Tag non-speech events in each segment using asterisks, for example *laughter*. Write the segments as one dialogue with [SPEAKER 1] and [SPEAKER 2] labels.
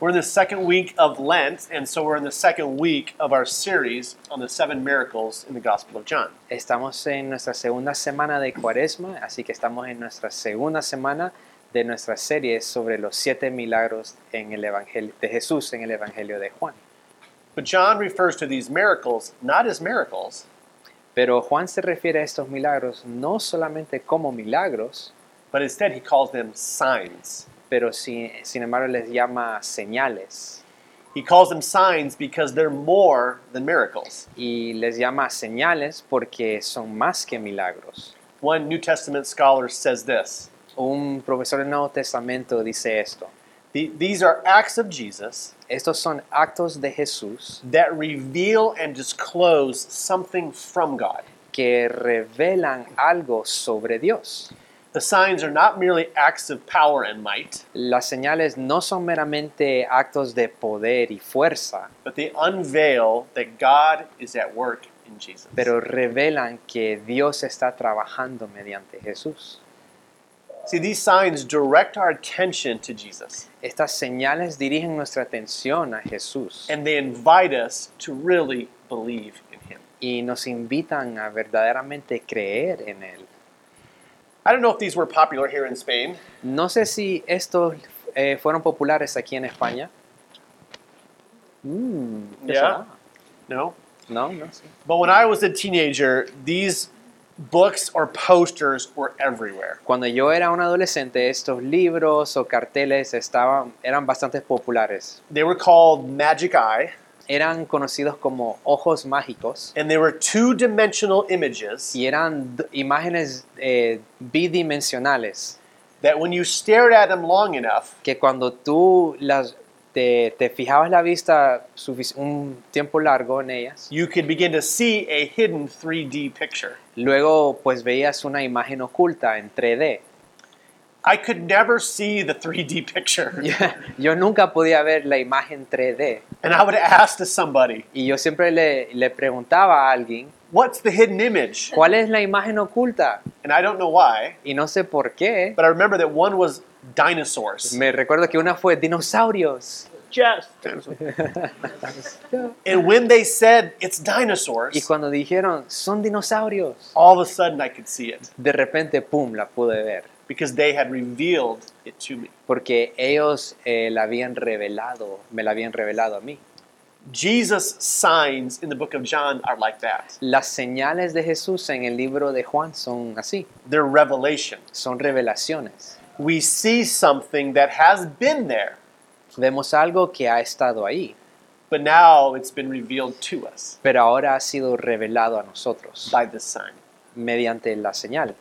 [SPEAKER 1] We're in the second week of Lent, and so we're in the second week of our series on the seven miracles in the Gospel of John.
[SPEAKER 2] Estamos en nuestra segunda semana de Cuaresma, así que estamos en nuestra segunda semana de nuestra serie sobre los siete milagros en el evangelio de Jesús en el Evangelio de Juan.
[SPEAKER 1] But John refers to these miracles not as miracles,
[SPEAKER 2] Pero Juan se refiere a estos milagros no solamente como milagros,
[SPEAKER 1] but instead he calls them signs.
[SPEAKER 2] pero si- sin embargo les llama señales.
[SPEAKER 1] He calls them signs because they're more than miracles.
[SPEAKER 2] Y les llama señales porque son más que milagros.
[SPEAKER 1] One New Testament scholar says this
[SPEAKER 2] Un profesor del Nuevo Testamento dice esto.
[SPEAKER 1] "The- These are acts of Jesus
[SPEAKER 2] Estos son actos de Jesús
[SPEAKER 1] that reveal and disclose something from God.
[SPEAKER 2] que revelan algo sobre Dios.
[SPEAKER 1] The signs are not merely acts of power and might,
[SPEAKER 2] Las señales no son meramente actos de poder y fuerza,
[SPEAKER 1] but they unveil that God is at work in Jesus.
[SPEAKER 2] pero revelan que Dios está trabajando mediante Jesús.
[SPEAKER 1] See, these signs direct our attention to Jesus,
[SPEAKER 2] Estas señales dirigen nuestra atención a Jesús
[SPEAKER 1] and they invite us to really believe in Him.
[SPEAKER 2] y nos invitan a verdaderamente creer en Él.
[SPEAKER 1] I don't know if these were popular here in Spain.
[SPEAKER 2] No sé si estos eh, fueron populares aquí en España. Mm, ¿qué
[SPEAKER 1] Yeah.
[SPEAKER 2] será?
[SPEAKER 1] No.
[SPEAKER 2] No, no sé.
[SPEAKER 1] But when I was a teenager, these books or posters were everywhere.
[SPEAKER 2] Cuando yo era un adolescente, estos libros o carteles estaban, eran bastante populares.
[SPEAKER 1] They were called Magic Eye,
[SPEAKER 2] Eran conocidos como ojos mágicos
[SPEAKER 1] and they were two dimensional images
[SPEAKER 2] y eran d- imágenes eh, bidimensionales
[SPEAKER 1] that when you stared at them long enough,
[SPEAKER 2] que cuando tú las, te, te fijabas la vista sufic- un tiempo largo en ellas,
[SPEAKER 1] you could begin to see a hidden 3D picture.
[SPEAKER 2] luego pues veías una imagen oculta en 3D.
[SPEAKER 1] I could never see the 3D *laughs* picture.
[SPEAKER 2] *laughs* Yo, yo nunca podía ver la imagen 3D
[SPEAKER 1] And I would ask to somebody,
[SPEAKER 2] y yo siempre le, le preguntaba a alguien,
[SPEAKER 1] What's the hidden image?
[SPEAKER 2] ¿cuál es la imagen oculta?
[SPEAKER 1] And I don't know why,
[SPEAKER 2] Y no sé por qué.
[SPEAKER 1] but I remember that one was dinosaurs.
[SPEAKER 2] Me recuerdo que una fue dinosaurios.
[SPEAKER 1] Just. And when they said it's
[SPEAKER 2] *laughs* Y
[SPEAKER 1] dinosaurs,
[SPEAKER 2] cuando dijeron, son dinosaurios,
[SPEAKER 1] all of a sudden I could see it
[SPEAKER 2] de repente, ¡pum!, la pude ver.
[SPEAKER 1] because they had revealed it to me.
[SPEAKER 2] Porque ellos eh, la habían revelado, me la habían revelado a mí.
[SPEAKER 1] Jesus' signs in the book of John are like that.
[SPEAKER 2] Las señales de Jesús en el libro de Juan son así,
[SPEAKER 1] They're revelation.
[SPEAKER 2] son revelaciones.
[SPEAKER 1] We see something that has been there,
[SPEAKER 2] Vemos algo que ha estado ahí,
[SPEAKER 1] but now it's been revealed to us
[SPEAKER 2] pero ahora ha sido revelado a nosotros
[SPEAKER 1] by this sign.
[SPEAKER 2] mediante la señal.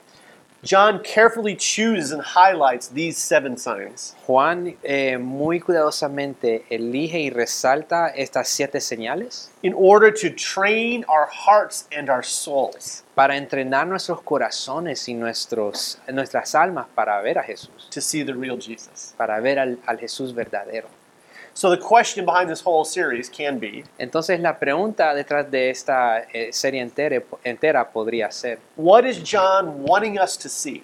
[SPEAKER 1] John carefully chooses and highlights these seven signs.
[SPEAKER 2] Juan eh, muy cuidadosamente elige y resalta estas siete señales
[SPEAKER 1] in order to train our hearts and our souls
[SPEAKER 2] para entrenar nuestros corazones y nuestros, nuestras almas para ver a Jesús,
[SPEAKER 1] to see the real Jesus.
[SPEAKER 2] para ver al, al Jesús verdadero.
[SPEAKER 1] So, the question behind this whole series can be
[SPEAKER 2] Entonces la pregunta detrás de esta eh, serie entera, entera podría ser,
[SPEAKER 1] what is John wanting us to see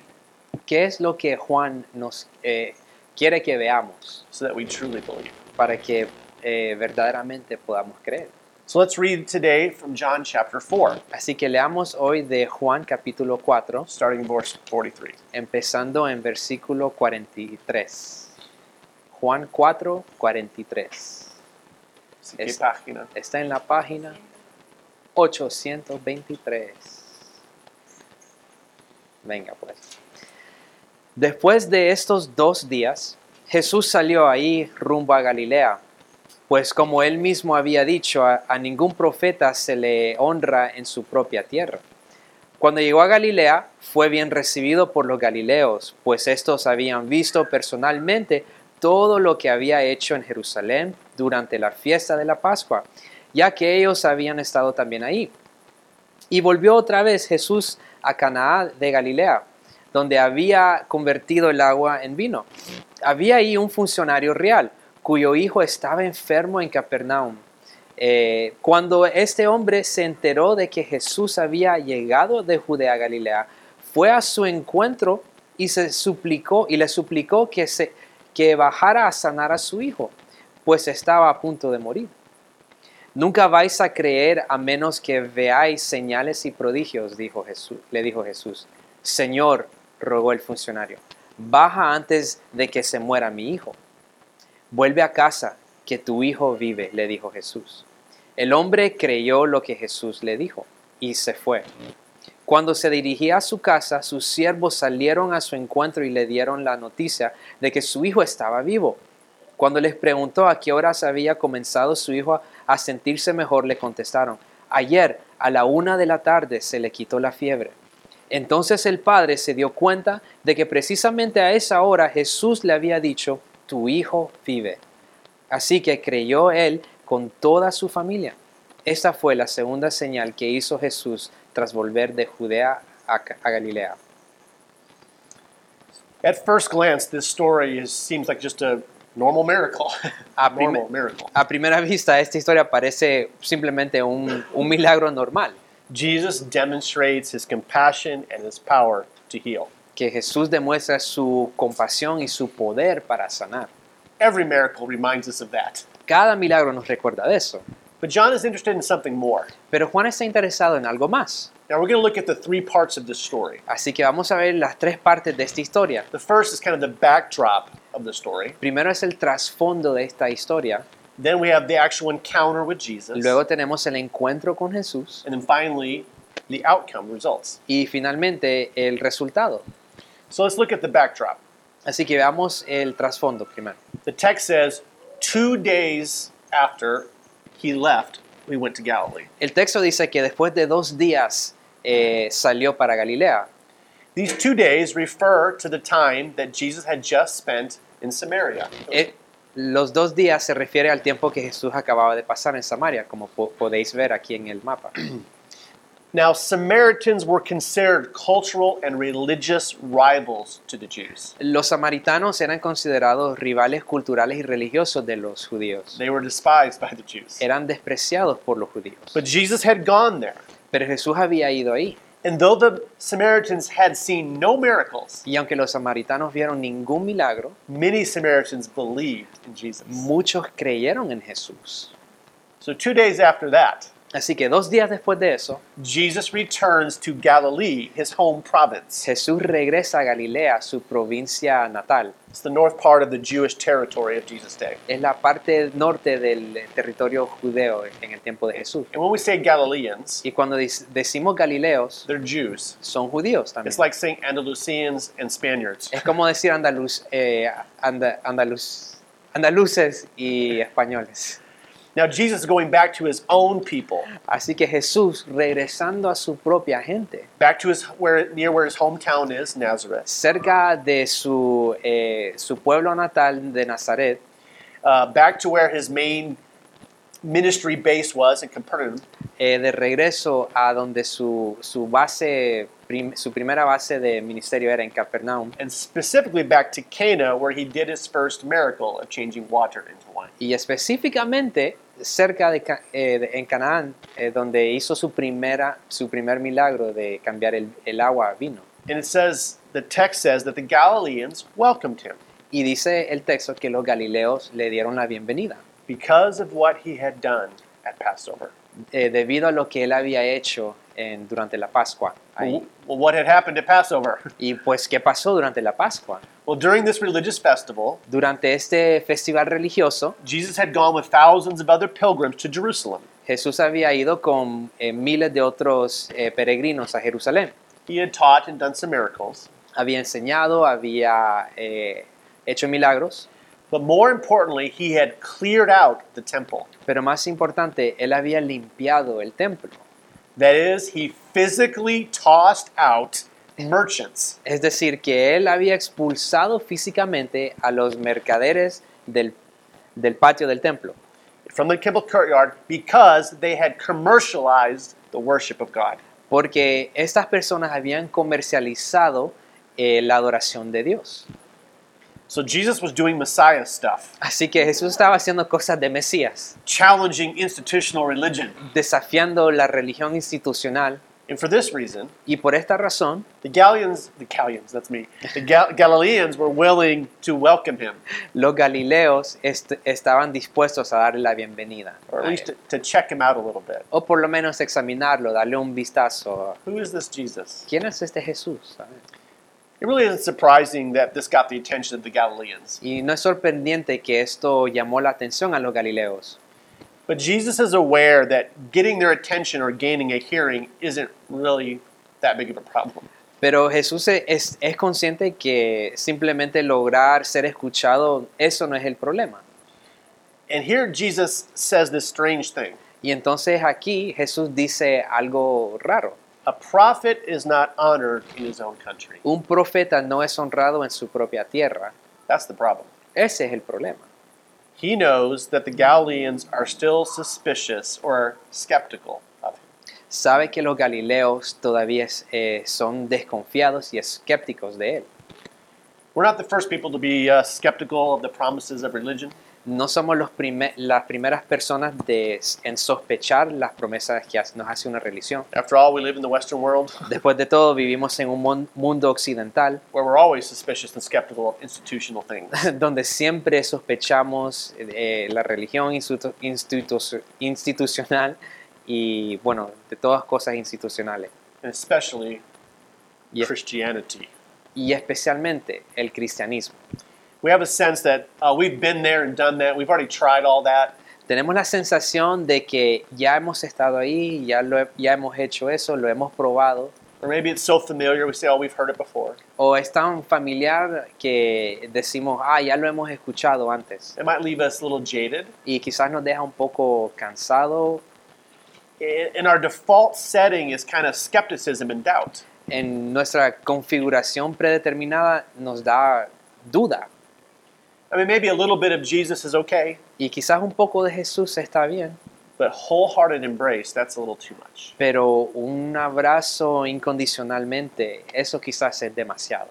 [SPEAKER 2] ¿qué es lo que Juan nos eh, quiere que veamos
[SPEAKER 1] so that we truly believe?
[SPEAKER 2] para que eh, verdaderamente podamos creer?
[SPEAKER 1] So, let's read today from John chapter 4,
[SPEAKER 2] Así que leamos hoy de Juan capítulo 4,
[SPEAKER 1] starting in verse 43.
[SPEAKER 2] empezando en versículo 43. Juan 4, 43.
[SPEAKER 1] Así que
[SPEAKER 2] Es-
[SPEAKER 1] página.
[SPEAKER 2] Está en la página 823. Venga pues. Después de estos dos días, Jesús salió ahí rumbo a Galilea, pues como él mismo había dicho, a, a ningún profeta se le honra en su propia tierra. Cuando llegó a Galilea, fue bien recibido por los galileos, pues estos habían visto personalmente todo lo que había hecho en Jerusalén durante la fiesta de la Pascua, ya que ellos habían estado también ahí. Y volvió otra vez Jesús a Canaá de Galilea, donde había convertido el agua en vino. Había ahí un funcionario real, cuyo hijo estaba enfermo en Capernaum. Eh, cuando este hombre se enteró de que Jesús había llegado de Judea a Galilea, fue a su encuentro y se suplicó y le suplicó que se que bajara a sanar a su hijo. pues estaba a punto de morir. Nunca vais a creer a menos que veáis señales y prodigios, dijo Jesús, le dijo Jesús. Señor, rogó el funcionario, baja antes de que se muera mi hijo. Vuelve a casa, que tu hijo vive, le dijo Jesús. El hombre creyó lo que Jesús le dijo y se fue. Cuando se dirigía a su casa, sus siervos salieron a su encuentro y le dieron la noticia de que su hijo estaba vivo. Cuando les preguntó a qué horas había comenzado su hijo a sentirse mejor, le contestaron, ayer a la una de la tarde se le quitó la fiebre. Entonces el padre se dio cuenta de que precisamente a esa hora Jesús le había dicho, tu hijo vive. Así que creyó él con toda su familia. Esta fue la segunda señal que hizo Jesús tras volver de Judea a, a Galilea.
[SPEAKER 1] At first glance, this story is, seems like just a normal miracle. *laughs*
[SPEAKER 2] A, prime-
[SPEAKER 1] normal miracle.
[SPEAKER 2] a primera vista, esta historia parece simplemente un, un milagro normal,
[SPEAKER 1] Jesus demonstrates his compassion and his power to heal.
[SPEAKER 2] que Jesús demuestra su compasión y su poder para sanar.
[SPEAKER 1] Every miracle reminds us of that.
[SPEAKER 2] Cada milagro nos recuerda de eso,
[SPEAKER 1] But John is interested in something more.
[SPEAKER 2] pero Juan está interesado en algo más.
[SPEAKER 1] Now we're going to look at the three parts of this story.
[SPEAKER 2] Así que vamos a ver las tres partes de esta historia.
[SPEAKER 1] The first is kind of the backdrop of the story.
[SPEAKER 2] Primero es el trasfondo de esta historia,
[SPEAKER 1] Then we have the actual encounter with Jesus.
[SPEAKER 2] luego tenemos el encuentro con Jesús
[SPEAKER 1] and then finally, the outcome results.
[SPEAKER 2] y finalmente el resultado.
[SPEAKER 1] So let's look at the backdrop.
[SPEAKER 2] Así que veamos el trasfondo primero.
[SPEAKER 1] The text says, two days after he left, we went to Galilee.
[SPEAKER 2] El texto dice que después de dos días eh, salió para Galilea.
[SPEAKER 1] These two days refer to the time that Jesus had just spent in Samaria.
[SPEAKER 2] Eh, los dos días se refiere al tiempo que Jesús acababa de pasar en Samaria, como po- podéis ver aquí en el mapa.
[SPEAKER 1] Now, Samaritans were considered cultural and religious rivals to the Jews.
[SPEAKER 2] Los samaritanos eran considerados rivales culturales y religiosos de los judíos.
[SPEAKER 1] They were despised by the Jews.
[SPEAKER 2] Eran despreciados por los judíos.
[SPEAKER 1] But Jesus had gone there.
[SPEAKER 2] Pero Jesús había ido ahí.
[SPEAKER 1] And though the Samaritans had seen no miracles,
[SPEAKER 2] Y aunque los samaritanos vieron ningún milagro,
[SPEAKER 1] many Samaritans believed in Jesus.
[SPEAKER 2] muchos creyeron en Jesús.
[SPEAKER 1] So, two days after that,
[SPEAKER 2] Así que dos días después de eso,
[SPEAKER 1] Jesus returns to Galilee, his home province.
[SPEAKER 2] Jesús regresa a Galilea, su provincia natal.
[SPEAKER 1] It's the north part of the Jewish territory of Jesus' day.
[SPEAKER 2] Es la parte norte del eh, territorio judeo en el tiempo de Jesús.
[SPEAKER 1] And when we say Galileans,
[SPEAKER 2] Y cuando dic- decimos galileos,
[SPEAKER 1] they're Jews.
[SPEAKER 2] son judíos también.
[SPEAKER 1] It's like saying Andalusians and Spaniards.
[SPEAKER 2] Es como decir andaluz, eh, anda- andaluz- andaluces y españoles.
[SPEAKER 1] Now, Jesus is going back to his own people,
[SPEAKER 2] Así que Jesús regresando a su propia gente,
[SPEAKER 1] back to his where near where his hometown is, Nazareth,
[SPEAKER 2] cerca de su, eh, su pueblo natal de Nazaret,
[SPEAKER 1] uh, back to where his main ministry base was in Capernaum.
[SPEAKER 2] eh, de regreso a donde su, su base, prim- su primera base de ministerio era en Capernaum,
[SPEAKER 1] and specifically back to Cana, where he did his first miracle of changing water into wine.
[SPEAKER 2] y específicamente cerca de, Ca- eh, de- en Canaán, eh, donde hizo su, primera, su primer milagro de cambiar el, el agua a vino.
[SPEAKER 1] And it says, the text says that the Galileans welcomed him
[SPEAKER 2] Y dice el texto que los galileos le dieron la bienvenida
[SPEAKER 1] because of what he had done at Passover.
[SPEAKER 2] eh, debido a lo que él había hecho en- durante la Pascua. ahí.
[SPEAKER 1] Well, what had happened at Passover? *laughs*
[SPEAKER 2] Y pues, ¿qué pasó durante la Pascua?
[SPEAKER 1] Well, during this religious festival,
[SPEAKER 2] Durante este festival religioso,
[SPEAKER 1] Jesus had gone with thousands of other pilgrims to Jerusalem.
[SPEAKER 2] Jesús había ido con eh, miles de otros eh, peregrinos a Jerusalén.
[SPEAKER 1] He had taught and done some miracles.
[SPEAKER 2] Había enseñado, había eh, hecho milagros,
[SPEAKER 1] But more importantly, he had cleared out the temple.
[SPEAKER 2] pero más importante, él había limpiado el templo.
[SPEAKER 1] That is, he physically tossed out merchants.
[SPEAKER 2] Es decir, que él había expulsado físicamente a los mercaderes del- del patio del templo.
[SPEAKER 1] from the temple courtyard because they had commercialized the worship of God.
[SPEAKER 2] porque estas personas habían comercializado eh, la adoración de Dios.
[SPEAKER 1] So Jesus was doing Messiah stuff,
[SPEAKER 2] Así que Jesús estaba haciendo cosas de Mesías,
[SPEAKER 1] challenging institutional religion,
[SPEAKER 2] desafiando la religión institucional
[SPEAKER 1] And for this reason,
[SPEAKER 2] Y por esta razón,
[SPEAKER 1] the Galileans, the Galileans, that's me, the Gal- Galileans were willing to welcome him,
[SPEAKER 2] los galileos est- estaban dispuestos a darle la bienvenida.
[SPEAKER 1] or
[SPEAKER 2] a
[SPEAKER 1] at least
[SPEAKER 2] él.
[SPEAKER 1] to, to check him out a little bit.
[SPEAKER 2] O por lo menos examinarlo, darle un vistazo.
[SPEAKER 1] Who is this Jesus?
[SPEAKER 2] ¿Quién es este Jesús? ¿Sabes?
[SPEAKER 1] It really isn't surprising that this got the attention of the Galileans.
[SPEAKER 2] Y no es sorprendente que esto llamó la atención a los galileos.
[SPEAKER 1] But Jesus is aware that getting their attention or gaining a hearing isn't really that big of a problem.
[SPEAKER 2] Pero Jesús es, es consciente que simplemente lograr ser escuchado, eso no es el problema.
[SPEAKER 1] And here Jesus says this strange thing
[SPEAKER 2] Y entonces aquí Jesús dice algo raro.
[SPEAKER 1] A prophet is not honored in his own country.
[SPEAKER 2] Un profeta no es honrado en su propia tierra.
[SPEAKER 1] That's the problem.
[SPEAKER 2] Ese es el problema.
[SPEAKER 1] He knows that the Galileans are still suspicious or skeptical of him.
[SPEAKER 2] Sabe que los galileos todavía es- eh, son desconfiados y escépticos de él.
[SPEAKER 1] We're not the first people to be uh, skeptical of the promises of religion.
[SPEAKER 2] No somos los prime- las primeras personas de- en sospechar las promesas que hace- nos hace una religión.
[SPEAKER 1] After all, we live in the Western world
[SPEAKER 2] Después de todo, vivimos en un mon- mundo occidental *laughs*
[SPEAKER 1] where we're always suspicious and skeptical of institutional things.
[SPEAKER 2] donde siempre sospechamos eh, la religión institu- institu- institucional y, bueno, de todas cosas institucionales.
[SPEAKER 1] and especially
[SPEAKER 2] Y,
[SPEAKER 1] Christianity.
[SPEAKER 2] y especialmente el cristianismo.
[SPEAKER 1] We have a sense that uh, we've been there and done that. We've already tried all that.
[SPEAKER 2] Tenemos la sensación de que ya hemos estado ahí, ya, lo he- ya hemos hecho eso, lo hemos probado,
[SPEAKER 1] Or maybe it's so familiar, we say, oh, we've heard it before.
[SPEAKER 2] o es tan familiar que decimos, ah, ya lo hemos escuchado antes.
[SPEAKER 1] It might leave us a little jaded.
[SPEAKER 2] Y quizás nos deja un poco cansado,
[SPEAKER 1] A- And our default setting is kind of skepticism and doubt.
[SPEAKER 2] en nuestra configuración predeterminada nos da duda.
[SPEAKER 1] I mean, maybe a little bit of Jesus is okay,
[SPEAKER 2] Y quizás un poco de Jesús está bien,
[SPEAKER 1] but wholehearted embrace, that's a little too much.
[SPEAKER 2] pero un abrazo incondicionalmente, eso quizás es demasiado.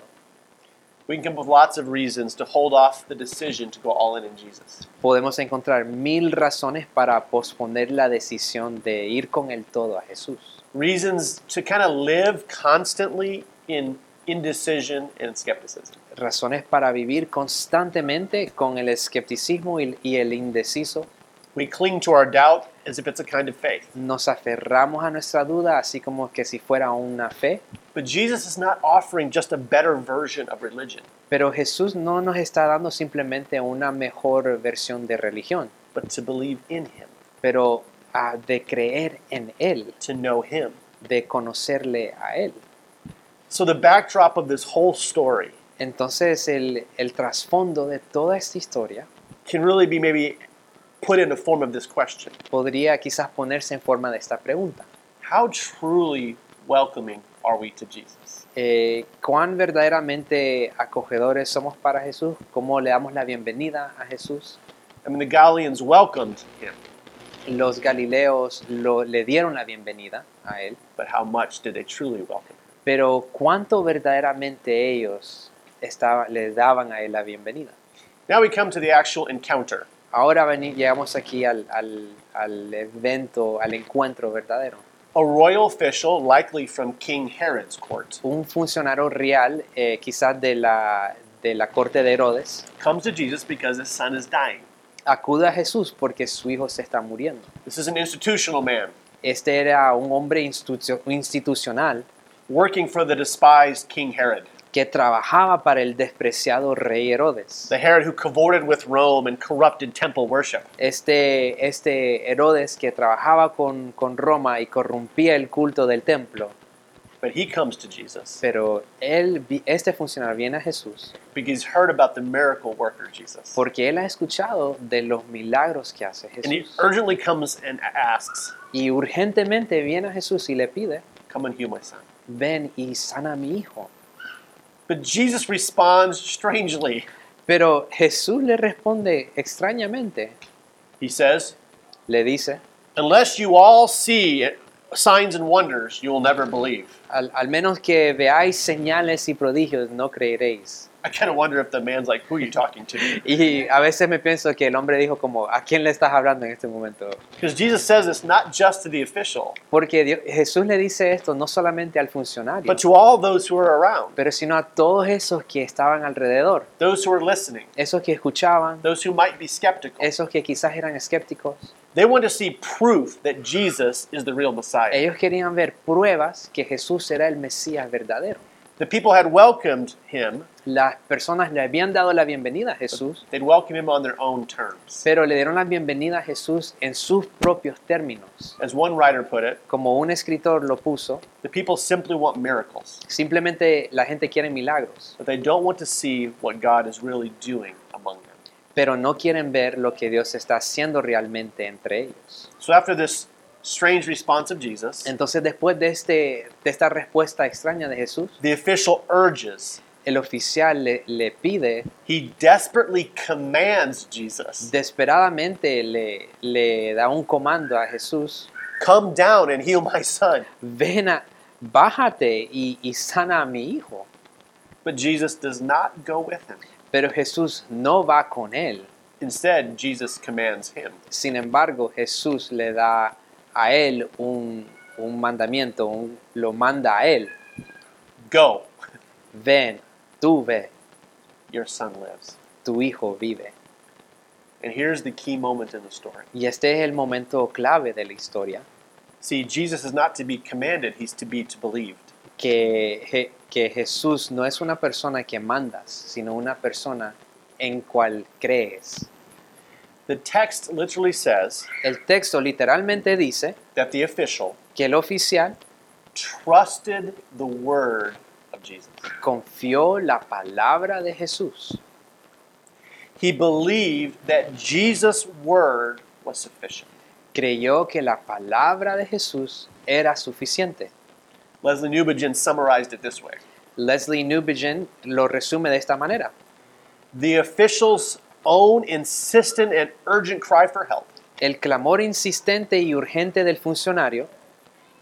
[SPEAKER 1] We can come up with lots of reasons to hold off the decision to go all in in Jesus.
[SPEAKER 2] Podemos encontrar mil razones para posponer la decisión de ir con el todo a Jesús.
[SPEAKER 1] Reasons to kind of live constantly in indecision and skepticism.
[SPEAKER 2] Razones para vivir constantemente con el escepticismo y y el indeciso.
[SPEAKER 1] We cling to our doubt as if it's a kind of faith.
[SPEAKER 2] Nos aferramos a nuestra duda, así como que si fuera una fe,
[SPEAKER 1] But Jesus is not offering just a better version of religion,
[SPEAKER 2] Pero Jesús no nos está dando simplemente una mejor versión de religión,
[SPEAKER 1] but to believe in Him,
[SPEAKER 2] pero ah, de creer en Él,
[SPEAKER 1] to know Him.
[SPEAKER 2] de conocerle a Él.
[SPEAKER 1] So, the backdrop of this whole story
[SPEAKER 2] Entonces el, el trasfondo de toda esta historia
[SPEAKER 1] can really be maybe put in the form of this question
[SPEAKER 2] podría quizás ponerse en forma de esta pregunta.
[SPEAKER 1] How truly welcoming are we to Jesus?
[SPEAKER 2] Eh, ¿Cuán verdaderamente acogedores somos para Jesús? ¿Cómo le damos la bienvenida a Jesús?
[SPEAKER 1] I mean, the Galileans welcomed Him,
[SPEAKER 2] Los galileos lo- le dieron la bienvenida a Él,
[SPEAKER 1] but how much did they truly welcome Him?
[SPEAKER 2] pero cuánto verdaderamente ellos estaba- le daban a él la bienvenida.
[SPEAKER 1] Now we come to the actual encounter.
[SPEAKER 2] Ahora veni- llegamos aquí al, al- al evento, al encuentro verdadero.
[SPEAKER 1] A royal official, likely from King Herod's court,
[SPEAKER 2] Un funcionario real, eh, quizás de la, de la corte de Herodes,
[SPEAKER 1] comes to Jesus because his son is dying.
[SPEAKER 2] acude a Jesús porque su hijo se está muriendo.
[SPEAKER 1] This is an institutional man
[SPEAKER 2] Este era un hombre institu- institucional
[SPEAKER 1] working for the despised King Herod,
[SPEAKER 2] que trabajaba para el despreciado rey Herodes.
[SPEAKER 1] the Herod who cavorted with Rome and corrupted temple worship.
[SPEAKER 2] Este, este Herodes que trabajaba con, con Roma y corrompía el culto del templo.
[SPEAKER 1] But he comes to Jesus
[SPEAKER 2] Pero él, vi- este funcionario viene a Jesús
[SPEAKER 1] because he's heard about the miracle worker Jesus.
[SPEAKER 2] porque él ha escuchado de los milagros que hace
[SPEAKER 1] And he
[SPEAKER 2] Jesús.
[SPEAKER 1] urgently comes and asks,
[SPEAKER 2] Y urgentemente viene a Jesús y le pide,
[SPEAKER 1] Come and heal my son.
[SPEAKER 2] ven y sana a mi hijo.
[SPEAKER 1] But Jesus responds strangely.
[SPEAKER 2] Pero Jesús le responde extrañamente,
[SPEAKER 1] He says,
[SPEAKER 2] le dice,
[SPEAKER 1] Unless you all see signs and wonders, you will never believe.
[SPEAKER 2] al, al menos que veáis señales y prodigios, no creeréis.
[SPEAKER 1] I kind of wonder if the man's like, who are you talking to?
[SPEAKER 2] Y a veces me pienso que el hombre dijo como, ¿a quién le estás hablando en este momento?
[SPEAKER 1] Because Jesus says this not just to the official,
[SPEAKER 2] Porque Dios- Jesús le dice esto no solamente al funcionario,
[SPEAKER 1] but to all those who are around,
[SPEAKER 2] pero sino a todos esos que estaban alrededor,
[SPEAKER 1] those who are listening,
[SPEAKER 2] esos que escuchaban,
[SPEAKER 1] those who might be skeptical.
[SPEAKER 2] esos que quizás eran escépticos.
[SPEAKER 1] They want to see proof that Jesus is the real Messiah.
[SPEAKER 2] Ellos querían ver pruebas que Jesús era el Mesías verdadero.
[SPEAKER 1] The people had welcomed him,
[SPEAKER 2] Las personas le habían dado la bienvenida a Jesús,
[SPEAKER 1] they'd welcome him on their own terms.
[SPEAKER 2] pero le dieron la bienvenida a Jesús en sus propios términos.
[SPEAKER 1] As one writer put it,
[SPEAKER 2] Como un escritor lo puso,
[SPEAKER 1] the people simply want miracles,
[SPEAKER 2] simplemente la gente quiere milagros,
[SPEAKER 1] but they don't want to see what God is really doing among them.
[SPEAKER 2] pero no quieren ver lo que Dios está haciendo realmente entre ellos.
[SPEAKER 1] So after this strange response of Jesus,
[SPEAKER 2] Entonces después de, este, de esta respuesta extraña de Jesús,
[SPEAKER 1] the official urges,
[SPEAKER 2] el oficial le, le pide,
[SPEAKER 1] he desperately commands Jesus,
[SPEAKER 2] desesperadamente le, le da un comando a Jesús,
[SPEAKER 1] come down and heal my son.
[SPEAKER 2] ven a, bájate y, y sana a mi hijo.
[SPEAKER 1] But Jesus does not go with him.
[SPEAKER 2] Pero Jesús no va con él.
[SPEAKER 1] Instead, Jesus commands him.
[SPEAKER 2] Sin embargo, Jesús le da a él un, un mandamiento, un- lo manda a él.
[SPEAKER 1] Go,
[SPEAKER 2] Ven, tú ve,
[SPEAKER 1] your son lives.
[SPEAKER 2] tu hijo vive.
[SPEAKER 1] And here's the key moment in the story.
[SPEAKER 2] Y este es el momento clave de la historia,
[SPEAKER 1] See, Jesus is not to be commanded, he's to be to believed.
[SPEAKER 2] que, Je- que Jesús no es una persona que mandas, sino una persona en cual crees.
[SPEAKER 1] The text literally says
[SPEAKER 2] El texto literalmente dice
[SPEAKER 1] that the official
[SPEAKER 2] que el oficial
[SPEAKER 1] trusted the word of Jesus.
[SPEAKER 2] confió la palabra de Jesús.
[SPEAKER 1] He believed that Jesus' word was sufficient.
[SPEAKER 2] Creyó que la palabra de Jesús era suficiente.
[SPEAKER 1] Leslie Newbegin summarized it this way
[SPEAKER 2] Leslie Newbegin lo resume de esta manera.
[SPEAKER 1] The official's own insistent and urgent cry for help
[SPEAKER 2] El clamor insistente y urgente del funcionario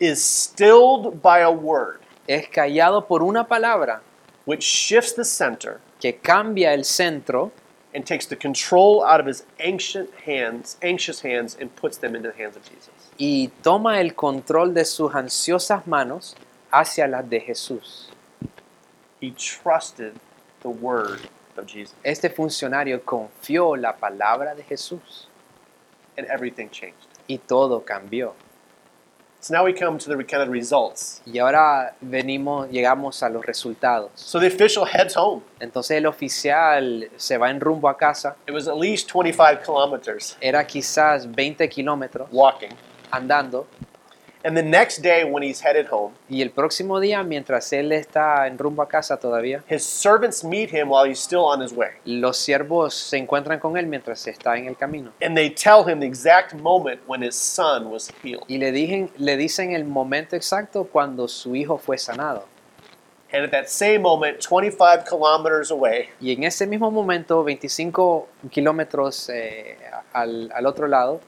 [SPEAKER 1] is stilled by a word
[SPEAKER 2] es callado por una palabra
[SPEAKER 1] which shifts the center
[SPEAKER 2] que cambia el centro
[SPEAKER 1] and takes the control out of his anxious hands, anxious hands and puts them into the hands of Jesus.
[SPEAKER 2] y toma el control de sus ansiosas manos hacia las de Jesús.
[SPEAKER 1] He trusted the word of Jesus
[SPEAKER 2] Este funcionario confió la palabra de Jesús
[SPEAKER 1] and everything changed.
[SPEAKER 2] y todo cambió.
[SPEAKER 1] So now we come to the kind of results.
[SPEAKER 2] Y ahora venimos, llegamos a los resultados.
[SPEAKER 1] So the official heads home.
[SPEAKER 2] Entonces el oficial se va en rumbo a casa.
[SPEAKER 1] It was at least 25 kilometers
[SPEAKER 2] Era quizás 20 kilómetros
[SPEAKER 1] walking.
[SPEAKER 2] andando.
[SPEAKER 1] And the next day, when he's headed home,
[SPEAKER 2] Y el próximo día, mientras él está en rumbo a casa todavía,
[SPEAKER 1] his servants meet him while he's still on his way.
[SPEAKER 2] los siervos se encuentran con él mientras está en el camino.
[SPEAKER 1] And they tell him the exact moment when his son was healed.
[SPEAKER 2] Y le, dijen- le dicen el momento exacto cuando su hijo fue sanado.
[SPEAKER 1] And at that same moment, 25 kilometers away,
[SPEAKER 2] Y en ese mismo momento, 25 kilómetros eh, al, al otro lado,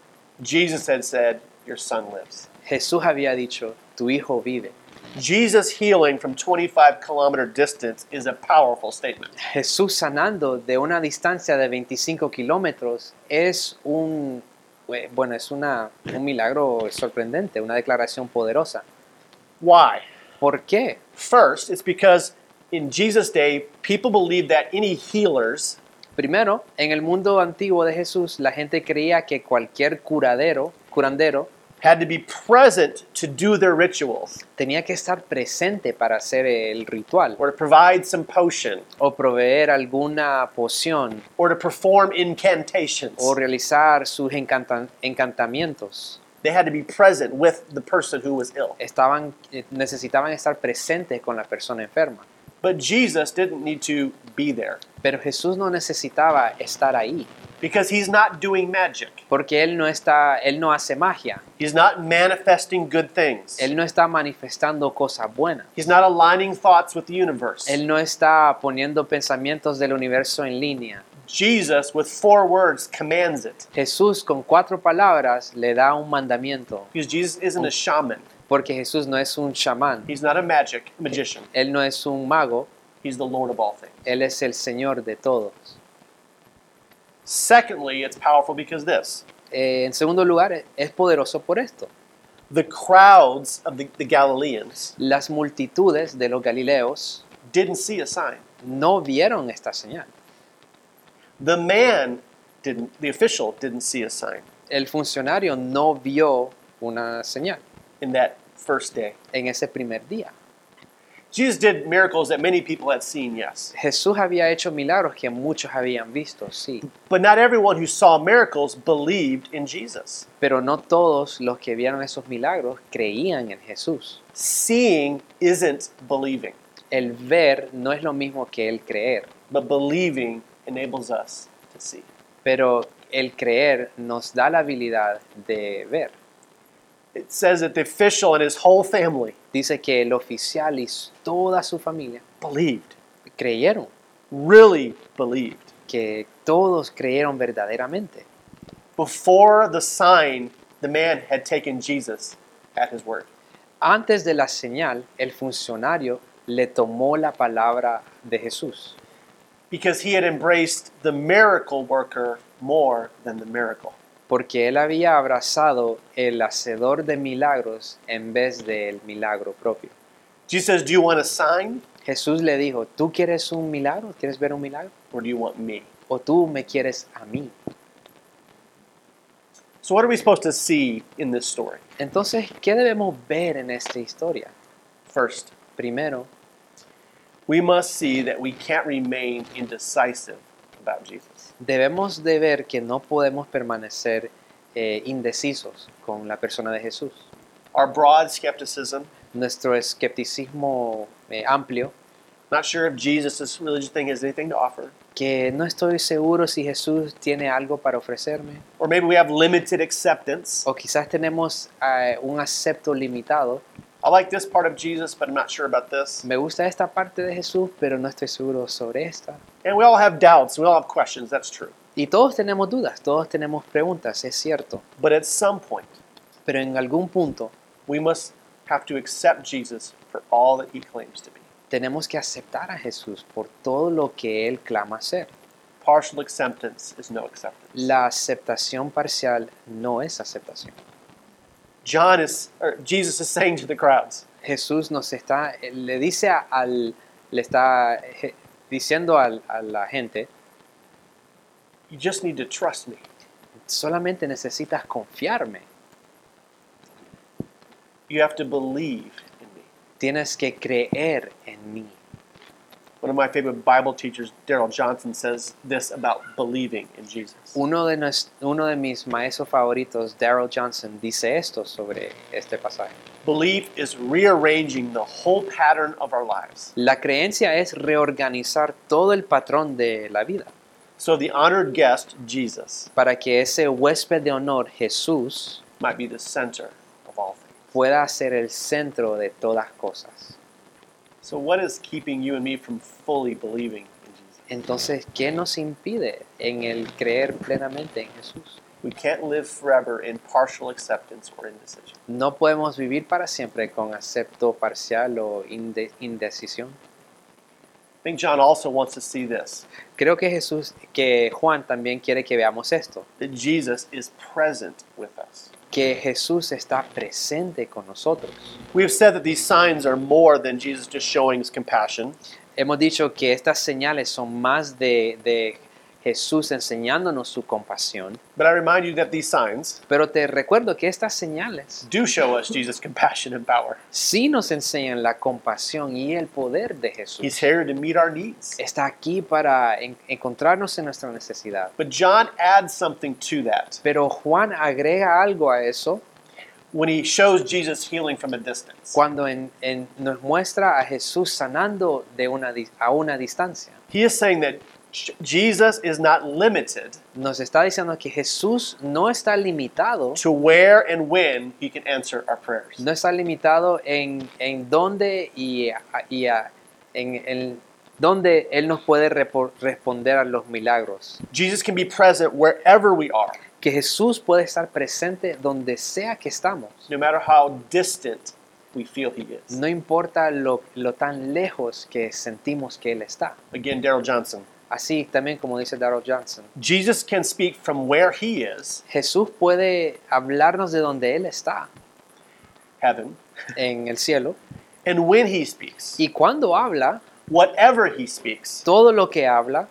[SPEAKER 1] Jesus had said, Your son lives.
[SPEAKER 2] Jesús había dicho, tu hijo vive.
[SPEAKER 1] Jesus healing from 25 kilometer distance is a powerful statement.
[SPEAKER 2] Jesús sanando de una distancia de 25 kilómetros es un eh, bueno es una, un milagro sorprendente, una declaración poderosa.
[SPEAKER 1] Why?
[SPEAKER 2] ¿Por qué?
[SPEAKER 1] First, it's because in Jesus' day, people believed that any healers
[SPEAKER 2] Primero, en el mundo antiguo de Jesús, la gente creía que cualquier curadero, curandero,
[SPEAKER 1] had to be present to do their rituals
[SPEAKER 2] tenía que estar presente para hacer el ritual
[SPEAKER 1] or to provide some potion
[SPEAKER 2] o proveer alguna poción
[SPEAKER 1] or to perform incantations.
[SPEAKER 2] o realizar sus encanta- encantamientos.
[SPEAKER 1] They had to be present with the person who was ill.
[SPEAKER 2] Estaban, eh, necesitaban estar presentes con la persona enferma.
[SPEAKER 1] But Jesus didn't need to be there
[SPEAKER 2] Pero Jesús no necesitaba estar ahí,
[SPEAKER 1] because he's not doing magic.
[SPEAKER 2] porque él no está, él no hace magia,
[SPEAKER 1] He's not manifesting good things.
[SPEAKER 2] él no está manifestando cosas buenas,
[SPEAKER 1] He's not aligning thoughts with the universe.
[SPEAKER 2] él no está poniendo pensamientos del universo en línea.
[SPEAKER 1] Jesus, with four words, commands it
[SPEAKER 2] Jesús con cuatro palabras le da un mandamiento,
[SPEAKER 1] because Jesus isn't a shaman.
[SPEAKER 2] porque Jesús no es un chamán,
[SPEAKER 1] He's not a magic magician.
[SPEAKER 2] él no es un mago,
[SPEAKER 1] He's the Lord of all things.
[SPEAKER 2] Él es el Señor de todos.
[SPEAKER 1] Secondly, it's powerful because this
[SPEAKER 2] Eh, en segundo lugar, e- es poderoso por esto.
[SPEAKER 1] the crowds of the, the Galileans
[SPEAKER 2] Las multitudes de los galileos
[SPEAKER 1] didn't see a sign.
[SPEAKER 2] no vieron esta señal.
[SPEAKER 1] The man didn't, the official didn't see a sign
[SPEAKER 2] El funcionario no vio una señal
[SPEAKER 1] in that first day.
[SPEAKER 2] en ese primer día.
[SPEAKER 1] Jesus did miracles that many people had seen, yes.
[SPEAKER 2] Jesús había hecho milagros que muchos habían visto, sí,
[SPEAKER 1] But not everyone who saw miracles believed in Jesus.
[SPEAKER 2] pero no todos los que vieron esos milagros creían en Jesús.
[SPEAKER 1] Seeing isn't believing,
[SPEAKER 2] El ver no es lo mismo que el creer,
[SPEAKER 1] but believing enables us to see.
[SPEAKER 2] pero el creer nos da la habilidad de ver.
[SPEAKER 1] It says that the official and his whole family
[SPEAKER 2] Dice que el oficial y s- toda su familia
[SPEAKER 1] believed,
[SPEAKER 2] creyeron,
[SPEAKER 1] really believed.
[SPEAKER 2] que todos creyeron verdaderamente.
[SPEAKER 1] Before the sign, the man had taken Jesus at his word.
[SPEAKER 2] Antes de la señal, el funcionario le tomó la palabra de Jesús,
[SPEAKER 1] because he had embraced the miracle worker more than the miracle.
[SPEAKER 2] porque él había abrazado el hacedor de milagros en vez del milagro propio.
[SPEAKER 1] Jesus says, Do you want a sign
[SPEAKER 2] Jesús le dijo, ¿tú quieres un milagro? ¿Quieres ver un milagro?
[SPEAKER 1] or do you want me?
[SPEAKER 2] ¿O tú me quieres a mí?
[SPEAKER 1] So, what are we supposed to see in this story?
[SPEAKER 2] Entonces, ¿qué debemos ver en esta historia?
[SPEAKER 1] First,
[SPEAKER 2] Primero,
[SPEAKER 1] we must see that we can't remain indecisive about Jesus.
[SPEAKER 2] debemos de ver que no podemos permanecer eh, indecisos con la persona de Jesús.
[SPEAKER 1] Our broad skepticism,
[SPEAKER 2] Nuestro escepticismo eh, amplio,
[SPEAKER 1] not sure if Jesus, this religious thing, has anything to offer,
[SPEAKER 2] que no estoy seguro si Jesús tiene algo para ofrecerme,
[SPEAKER 1] or maybe we have limited acceptance.
[SPEAKER 2] o quizás tenemos eh, un acepto limitado.
[SPEAKER 1] I like this part of Jesus, but I'm not sure about this.
[SPEAKER 2] Me gusta esta parte de Jesús, pero no estoy seguro sobre esta.
[SPEAKER 1] And we all have doubts, we all have questions, that's true.
[SPEAKER 2] Y todos tenemos dudas, todos tenemos preguntas, es cierto,
[SPEAKER 1] But at some point,
[SPEAKER 2] pero en algún punto
[SPEAKER 1] we must have to accept Jesus for all that he claims to be.
[SPEAKER 2] tenemos que aceptar a Jesús por todo lo que Él clama ser.
[SPEAKER 1] Partial acceptance is no acceptance.
[SPEAKER 2] La aceptación parcial no es aceptación.
[SPEAKER 1] John is, or Jesus is saying to the crowds,
[SPEAKER 2] Jesús nos está, le dice a- al, le está eh, diciendo al- a la gente,
[SPEAKER 1] you just need to trust me.
[SPEAKER 2] solamente necesitas confiarme,
[SPEAKER 1] You have to believe in me.
[SPEAKER 2] tienes que creer en mí.
[SPEAKER 1] One of my favorite Bible teachers, Daryl Johnson, says this about believing in Jesus.
[SPEAKER 2] Uno de, nues- uno de mis maestros favoritos, Daryl Johnson, dice esto sobre este pasaje.
[SPEAKER 1] Belief is rearranging the whole pattern of our lives.
[SPEAKER 2] La creencia es reorganizar todo el patrón de la vida
[SPEAKER 1] So the honored guest, Jesus,
[SPEAKER 2] para que ese huésped de honor, Jesús,
[SPEAKER 1] might be the center of all things.
[SPEAKER 2] pueda ser el centro de todas cosas.
[SPEAKER 1] So, what is keeping you and me from fully believing in Jesus?
[SPEAKER 2] Entonces, ¿qué nos impide en el creer plenamente en Jesús?
[SPEAKER 1] We can't live forever in partial acceptance or indecision.
[SPEAKER 2] No podemos vivir para siempre con acepto parcial o inde- indecisión.
[SPEAKER 1] I think John also wants to see this
[SPEAKER 2] Creo que Jesús, que Juan también quiere que veamos esto,
[SPEAKER 1] that Jesus is present with us.
[SPEAKER 2] que Jesús está presente con nosotros.
[SPEAKER 1] We have said that these signs are more than Jesus just showing his compassion.
[SPEAKER 2] Hemos dicho que estas señales son más de, de Jesús enseñándonos su compasión,
[SPEAKER 1] But I remind you that these signs
[SPEAKER 2] pero te recuerdo que estas señales
[SPEAKER 1] do show us Jesus' *laughs* compassion and power.
[SPEAKER 2] sí nos enseñan la compasión y el poder de
[SPEAKER 1] He's
[SPEAKER 2] Jesús.
[SPEAKER 1] here to meet our needs.
[SPEAKER 2] Está aquí para en- encontrarnos en nuestra necesidad.
[SPEAKER 1] But John adds something to that
[SPEAKER 2] Pero Juan agrega algo a eso
[SPEAKER 1] when he shows Jesus healing from a distance.
[SPEAKER 2] cuando en- en- nos muestra a Jesús sanando de una, dis- a una distancia.
[SPEAKER 1] He is saying that J- Jesus is not limited
[SPEAKER 2] Nos está diciendo que Jesús no está limitado
[SPEAKER 1] to where and when he can answer our prayers.
[SPEAKER 2] no está limitado en, en dónde y, a- y a- en, en dónde Él nos puede repo- responder a los milagros.
[SPEAKER 1] Jesus can be present wherever we are,
[SPEAKER 2] Que Jesús puede estar presente donde sea que estamos,
[SPEAKER 1] no matter how distant we feel he is.
[SPEAKER 2] No importa lo, lo tan lejos que sentimos que Él está.
[SPEAKER 1] Again, Daryl Johnson.
[SPEAKER 2] Así también como dice Darrell Johnson,
[SPEAKER 1] Jesus can speak from where he is,
[SPEAKER 2] Jesús puede hablarnos de donde Él está,
[SPEAKER 1] heaven,
[SPEAKER 2] en el cielo,
[SPEAKER 1] and when he speaks.
[SPEAKER 2] y cuando habla,
[SPEAKER 1] Whatever he speaks
[SPEAKER 2] todo lo que habla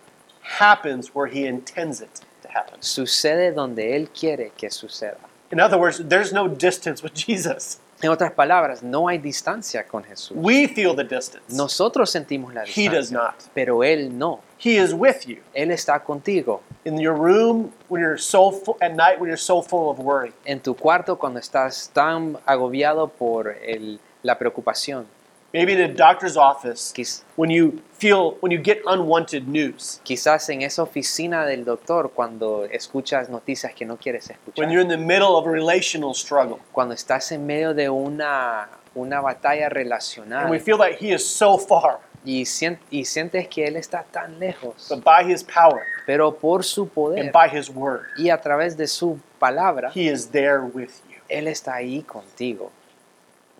[SPEAKER 1] happens where he intends it to happen.
[SPEAKER 2] sucede donde Él quiere que suceda.
[SPEAKER 1] In other words, there's no distance with *laughs* Jesus.
[SPEAKER 2] En otras palabras, no hay distancia con Jesús.
[SPEAKER 1] We feel the distance.
[SPEAKER 2] Nosotros sentimos la
[SPEAKER 1] He does
[SPEAKER 2] distancia,
[SPEAKER 1] not.
[SPEAKER 2] pero Él no.
[SPEAKER 1] He is with you
[SPEAKER 2] Él está contigo,
[SPEAKER 1] in your room when you're so full, at night when you're so full of worry.
[SPEAKER 2] en tu cuarto cuando estás tan agobiado por el- la preocupación.
[SPEAKER 1] Maybe in a doctor's office
[SPEAKER 2] Quiz-
[SPEAKER 1] when you feel when you get unwanted news.
[SPEAKER 2] quizás en esa oficina del doctor cuando escuchas noticias que no quieres escuchar.
[SPEAKER 1] When you're in the middle of a relational struggle
[SPEAKER 2] cuando estás en medio de una, una batalla
[SPEAKER 1] and we
[SPEAKER 2] relacional
[SPEAKER 1] feel that he is so far,
[SPEAKER 2] y, sien- y sientes que Él está tan lejos,
[SPEAKER 1] but by his power
[SPEAKER 2] pero por su
[SPEAKER 1] and
[SPEAKER 2] poder
[SPEAKER 1] by his word,
[SPEAKER 2] y a través de su palabra,
[SPEAKER 1] he is there with you.
[SPEAKER 2] Él está ahí contigo.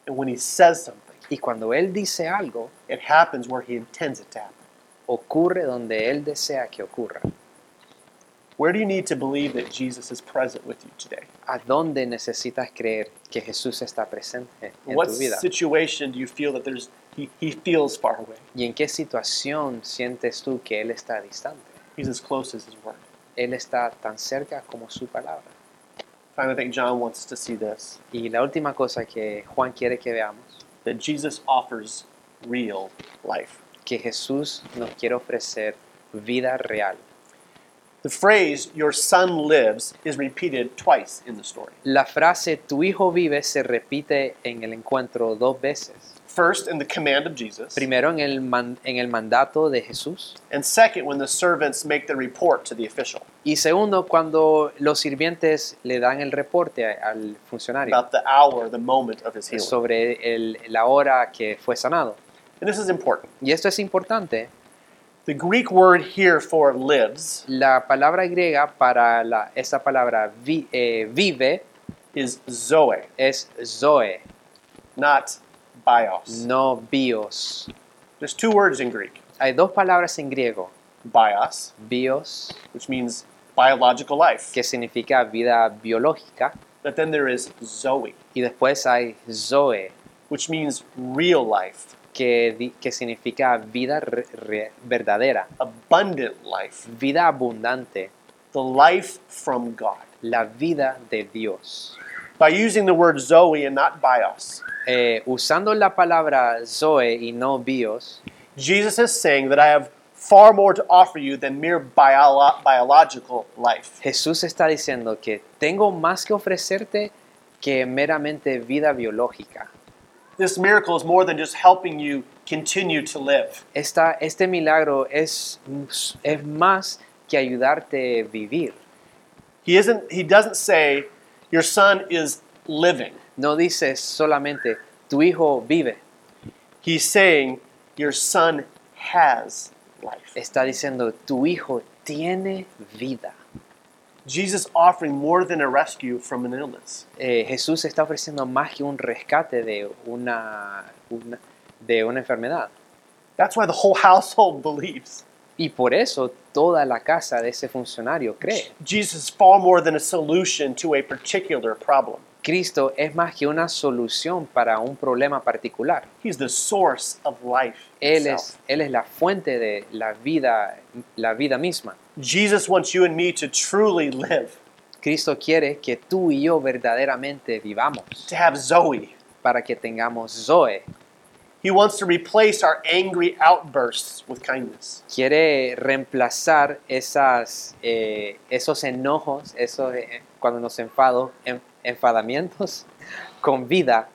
[SPEAKER 1] And when he says something,
[SPEAKER 2] Y cuando Él dice algo,
[SPEAKER 1] it happens where he intends it to happen.
[SPEAKER 2] ocurre donde Él desea que ocurra.
[SPEAKER 1] Where do you need to believe that Jesus is present with you today?
[SPEAKER 2] ¿A dónde necesitas creer que Jesús está presente en
[SPEAKER 1] what
[SPEAKER 2] tu vida?
[SPEAKER 1] situation do you feel that there's he, he feels far away?
[SPEAKER 2] ¿Y en qué situación sientes tú que Él está distante?
[SPEAKER 1] He's as close as his word.
[SPEAKER 2] Él está tan cerca como su palabra.
[SPEAKER 1] Finally, I think John wants us to see this
[SPEAKER 2] Y la última cosa que Juan quiere que veamos
[SPEAKER 1] that Jesus offers real life.
[SPEAKER 2] que Jesús nos quiere ofrecer vida real.
[SPEAKER 1] The phrase "your son lives" is repeated twice in the story.
[SPEAKER 2] La frase tu hijo vive se repite en el encuentro dos veces.
[SPEAKER 1] First, in the command of Jesus,
[SPEAKER 2] Primero en el, man- en el mandato de Jesús
[SPEAKER 1] and second, when the servants make the report to the official
[SPEAKER 2] y segundo cuando los sirvientes le dan el reporte a- al funcionario
[SPEAKER 1] about the hour, the moment of his healing.
[SPEAKER 2] sobre el- la hora que fue sanado.
[SPEAKER 1] And this is important.
[SPEAKER 2] Y esto es importante.
[SPEAKER 1] The Greek word here for "lives"
[SPEAKER 2] La palabra griega para la, esa palabra vi- eh, vive
[SPEAKER 1] is "zoe,"
[SPEAKER 2] es zoe,
[SPEAKER 1] not "bios."
[SPEAKER 2] no bios.
[SPEAKER 1] There's two words in Greek
[SPEAKER 2] Hay dos palabras en griego,
[SPEAKER 1] bios,
[SPEAKER 2] bios
[SPEAKER 1] which means biological life.
[SPEAKER 2] que significa vida biológica,
[SPEAKER 1] But then there is zoe,
[SPEAKER 2] y después hay Zoe,
[SPEAKER 1] which means real life,
[SPEAKER 2] que, di- que significa vida re- re- verdadera,
[SPEAKER 1] abundant life,
[SPEAKER 2] vida abundante,
[SPEAKER 1] the life from God.
[SPEAKER 2] la vida de Dios.
[SPEAKER 1] By using the word zoe and not bios,
[SPEAKER 2] Eh, usando la palabra Zoe y no bios,
[SPEAKER 1] Jesus is saying that I have far more to offer you than mere biolo- biological life.
[SPEAKER 2] Jesús está diciendo que tengo más que ofrecerte que meramente vida biológica.
[SPEAKER 1] This miracle is more than just helping you continue to live.
[SPEAKER 2] Esta, este milagro es, es más que ayudarte a vivir.
[SPEAKER 1] He isn't he doesn't say your son is living.
[SPEAKER 2] No dice solamente, tu hijo vive,
[SPEAKER 1] He's saying your son has life.
[SPEAKER 2] está diciendo, tu hijo tiene vida.
[SPEAKER 1] Jesus offering more than a rescue from an illness.
[SPEAKER 2] Eh, Jesús está ofreciendo más que un rescate de una, una- de una enfermedad.
[SPEAKER 1] That's why the whole household *laughs* believes.
[SPEAKER 2] Y por eso toda la casa de ese funcionario cree.
[SPEAKER 1] Jesus is far more than a solution to a particular problem.
[SPEAKER 2] Cristo es más que una solución para un problema particular.
[SPEAKER 1] He's the source of life.
[SPEAKER 2] Él es,
[SPEAKER 1] itself.
[SPEAKER 2] él es la fuente de la vida, la vida misma.
[SPEAKER 1] Jesus wants you and me to truly live,
[SPEAKER 2] Cristo quiere que tú y yo verdaderamente vivamos
[SPEAKER 1] to have Zoe.
[SPEAKER 2] para que tengamos Zoe,
[SPEAKER 1] He wants to replace our angry outbursts with kindness.
[SPEAKER 2] quiere reemplazar esas, eh, esos enojos, esos, eh, cuando nos enfado, en- enfadamientos, *laughs* con vida.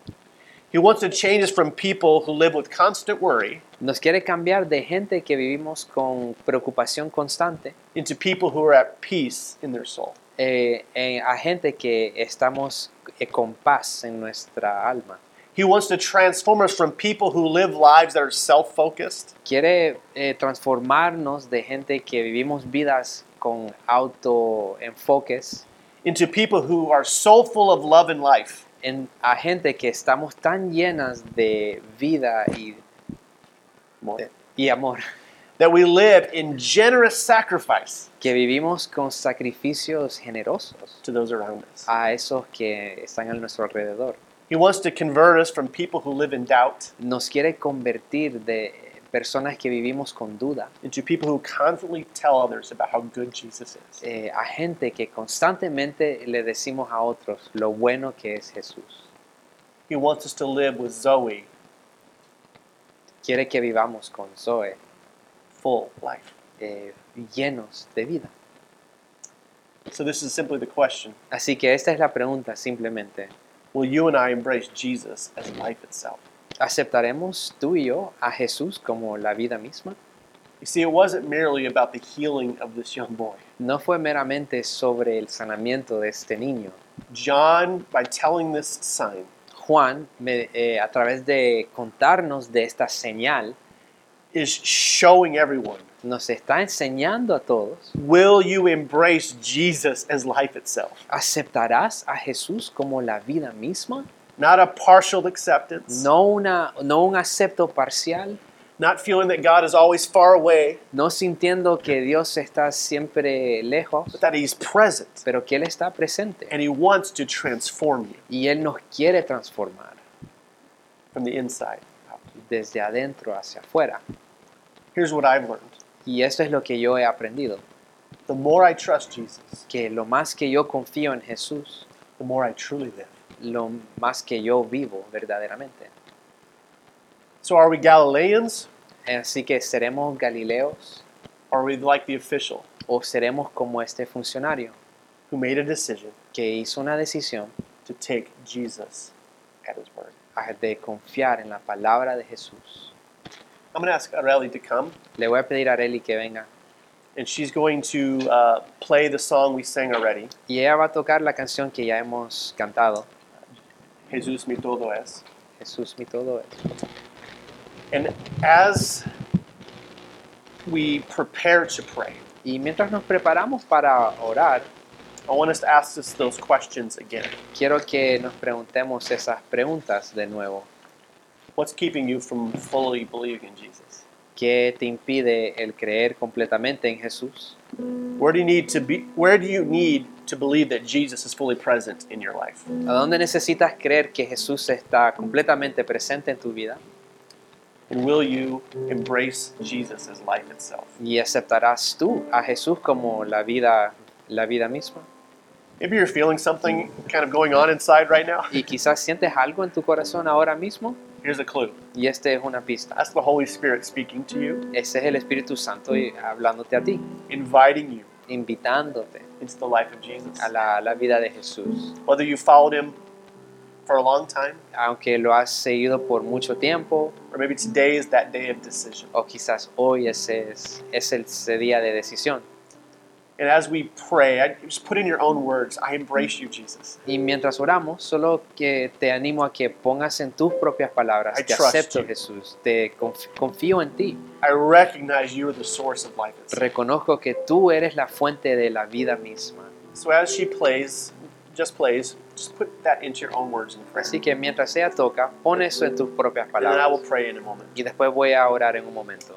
[SPEAKER 1] He wants to change us from people who live with constant worry
[SPEAKER 2] Nos quiere cambiar de gente que vivimos con preocupación constante
[SPEAKER 1] into people who are at peace in their soul.
[SPEAKER 2] eh, eh, a gente que estamos eh, con paz en nuestra alma.
[SPEAKER 1] He wants to transform us from people who live lives that are self focused
[SPEAKER 2] Quiere eh, transformarnos de gente que vivimos vidas con autoenfoques
[SPEAKER 1] into people who are so full of love and life
[SPEAKER 2] en, a gente que estamos tan llenas de vida y, y amor,
[SPEAKER 1] that we live in generous sacrifice
[SPEAKER 2] que vivimos con sacrificios generosos
[SPEAKER 1] to those around us.
[SPEAKER 2] a esos que están a nuestro alrededor.
[SPEAKER 1] He wants to convert us from people who live in doubt
[SPEAKER 2] Nos quiere convertir de personas que vivimos con duda
[SPEAKER 1] into people who constantly tell others about how good Jesus is.
[SPEAKER 2] eh, a gente que constantemente le decimos a otros lo bueno que es Jesús.
[SPEAKER 1] He wants us to live with Zoe
[SPEAKER 2] Quiere que vivamos con Zoe
[SPEAKER 1] full life.
[SPEAKER 2] eh, llenos de vida.
[SPEAKER 1] So this is simply the question.
[SPEAKER 2] Así que esta es la pregunta simplemente.
[SPEAKER 1] Will you and I embrace Jesus as life itself?
[SPEAKER 2] ¿Aceptaremos tú y yo a Jesús como la vida misma?
[SPEAKER 1] You see, it wasn't merely about the healing of this young boy.
[SPEAKER 2] No fue meramente sobre el sanamiento de este niño.
[SPEAKER 1] John, by telling this sign,
[SPEAKER 2] Juan, me- eh, a través de contarnos de esta señal,
[SPEAKER 1] is showing everyone
[SPEAKER 2] nos está enseñando a todos.
[SPEAKER 1] will you embrace Jesus as life itself?
[SPEAKER 2] ¿Aceptarás a Jesús como la vida misma?
[SPEAKER 1] Not a partial acceptance,
[SPEAKER 2] No, una, no un acepto parcial,
[SPEAKER 1] not feeling that God is always far away,
[SPEAKER 2] no sintiendo que Dios está siempre lejos,
[SPEAKER 1] but that He's present
[SPEAKER 2] pero que Él está presente.
[SPEAKER 1] and He wants to transform you
[SPEAKER 2] y Él nos quiere transformar
[SPEAKER 1] from the inside out.
[SPEAKER 2] desde adentro hacia afuera.
[SPEAKER 1] Here's what I've learned
[SPEAKER 2] Y eso es lo que yo he aprendido,
[SPEAKER 1] the more I trust Jesus,
[SPEAKER 2] que lo más que yo confío en Jesús,
[SPEAKER 1] the more I truly live.
[SPEAKER 2] lo más que yo vivo verdaderamente.
[SPEAKER 1] So, are we Galileans?
[SPEAKER 2] Así que seremos galileos
[SPEAKER 1] Or are we like the official
[SPEAKER 2] o seremos como este funcionario
[SPEAKER 1] who made a decision
[SPEAKER 2] que hizo una decisión
[SPEAKER 1] to take Jesus at His word?
[SPEAKER 2] a- de confiar en la palabra de Jesús.
[SPEAKER 1] I'm going to ask Areli to come,
[SPEAKER 2] Le voy a pedir a Areli que venga
[SPEAKER 1] and she's going to uh, play the song we sang already,
[SPEAKER 2] y ella va a tocar la canción que ya hemos cantado,
[SPEAKER 1] Jesus mi todo es.
[SPEAKER 2] Jesús mi todo es.
[SPEAKER 1] And as we prepare to pray,
[SPEAKER 2] Y mientras nos preparamos para orar,
[SPEAKER 1] I want us to ask us those questions again.
[SPEAKER 2] quiero que nos preguntemos esas preguntas de nuevo.
[SPEAKER 1] What's keeping you from fully believing in Jesus?
[SPEAKER 2] ¿Qué te impide el creer completamente en Jesús?
[SPEAKER 1] Where do you need to be where do you need to believe that Jesus is fully present in your life?
[SPEAKER 2] ¿A dónde necesitas creer que Jesús está completamente presente en tu vida
[SPEAKER 1] And will you embrace Jesus as life itself?
[SPEAKER 2] y aceptarás tú a Jesús como la vida la vida misma?
[SPEAKER 1] Maybe you're feeling something kind of going on inside right now.
[SPEAKER 2] Y quizás sientes algo en tu corazón ahora mismo
[SPEAKER 1] Here's a clue.
[SPEAKER 2] y esta es una pista.
[SPEAKER 1] That's the Holy Spirit speaking to you,
[SPEAKER 2] Ese es el Espíritu Santo y- hablándote a ti,
[SPEAKER 1] inviting you
[SPEAKER 2] invitándote
[SPEAKER 1] into the life of Jesus.
[SPEAKER 2] a la, la vida de Jesús.
[SPEAKER 1] Whether you followed him for a long time
[SPEAKER 2] Aunque lo has seguido por mucho tiempo,
[SPEAKER 1] or maybe today is that day of decision.
[SPEAKER 2] o quizás hoy ese es, es el ese día de decisión.
[SPEAKER 1] And as we pray, I just put in your own words, I embrace you, Jesus.
[SPEAKER 2] Y mientras oramos, solo que te animo a que pongas en tus propias palabras,
[SPEAKER 1] I
[SPEAKER 2] te
[SPEAKER 1] trust
[SPEAKER 2] acepto
[SPEAKER 1] you.
[SPEAKER 2] Jesús, te conf- confío en ti,
[SPEAKER 1] I recognize you are the source of life. itself.
[SPEAKER 2] reconozco que tú eres la fuente de la vida misma.
[SPEAKER 1] So as she plays, just plays, just put that into your own words and prayer.
[SPEAKER 2] Así que mientras ella toca, pon eso en tus propias
[SPEAKER 1] And then I will
[SPEAKER 2] palabras.
[SPEAKER 1] pray in a moment.
[SPEAKER 2] Y después voy a orar en un momento.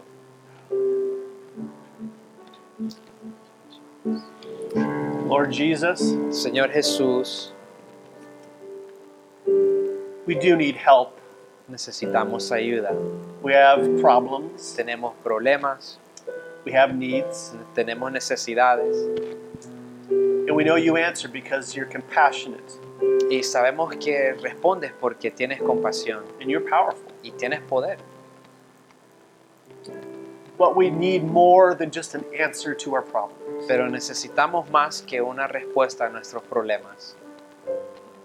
[SPEAKER 1] Lord Jesus,
[SPEAKER 2] Señor Jesús,
[SPEAKER 1] we do need help.
[SPEAKER 2] necesitamos ayuda.
[SPEAKER 1] We have problems.
[SPEAKER 2] Tenemos problemas,
[SPEAKER 1] We have needs.
[SPEAKER 2] tenemos necesidades.
[SPEAKER 1] And we know you answer because you're compassionate
[SPEAKER 2] Y sabemos que respondes porque tienes compasión
[SPEAKER 1] and you're powerful.
[SPEAKER 2] y tienes poder.
[SPEAKER 1] But we need more than just an answer to our problem.
[SPEAKER 2] Pero necesitamos más que una respuesta a nuestros problemas.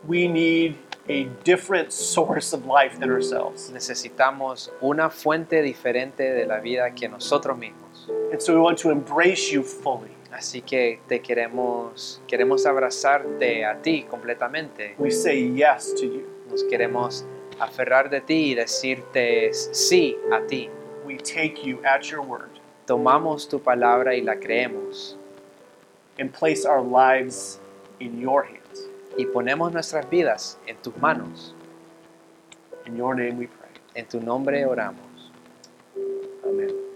[SPEAKER 1] We need a different source of life than ourselves.
[SPEAKER 2] Necesitamos una fuente diferente de la vida que nosotros mismos.
[SPEAKER 1] And so we want to embrace you fully.
[SPEAKER 2] Así que te queremos, queremos abrazarte a ti completamente.
[SPEAKER 1] We say yes to you.
[SPEAKER 2] Nos queremos aferrar de ti y decirte sí a ti.
[SPEAKER 1] We take you at your word
[SPEAKER 2] Tomamos tu palabra y la creemos
[SPEAKER 1] and place our lives in your hands.
[SPEAKER 2] y ponemos nuestras vidas en tus manos.
[SPEAKER 1] In your name we pray.
[SPEAKER 2] En tu nombre oramos.
[SPEAKER 1] Amen.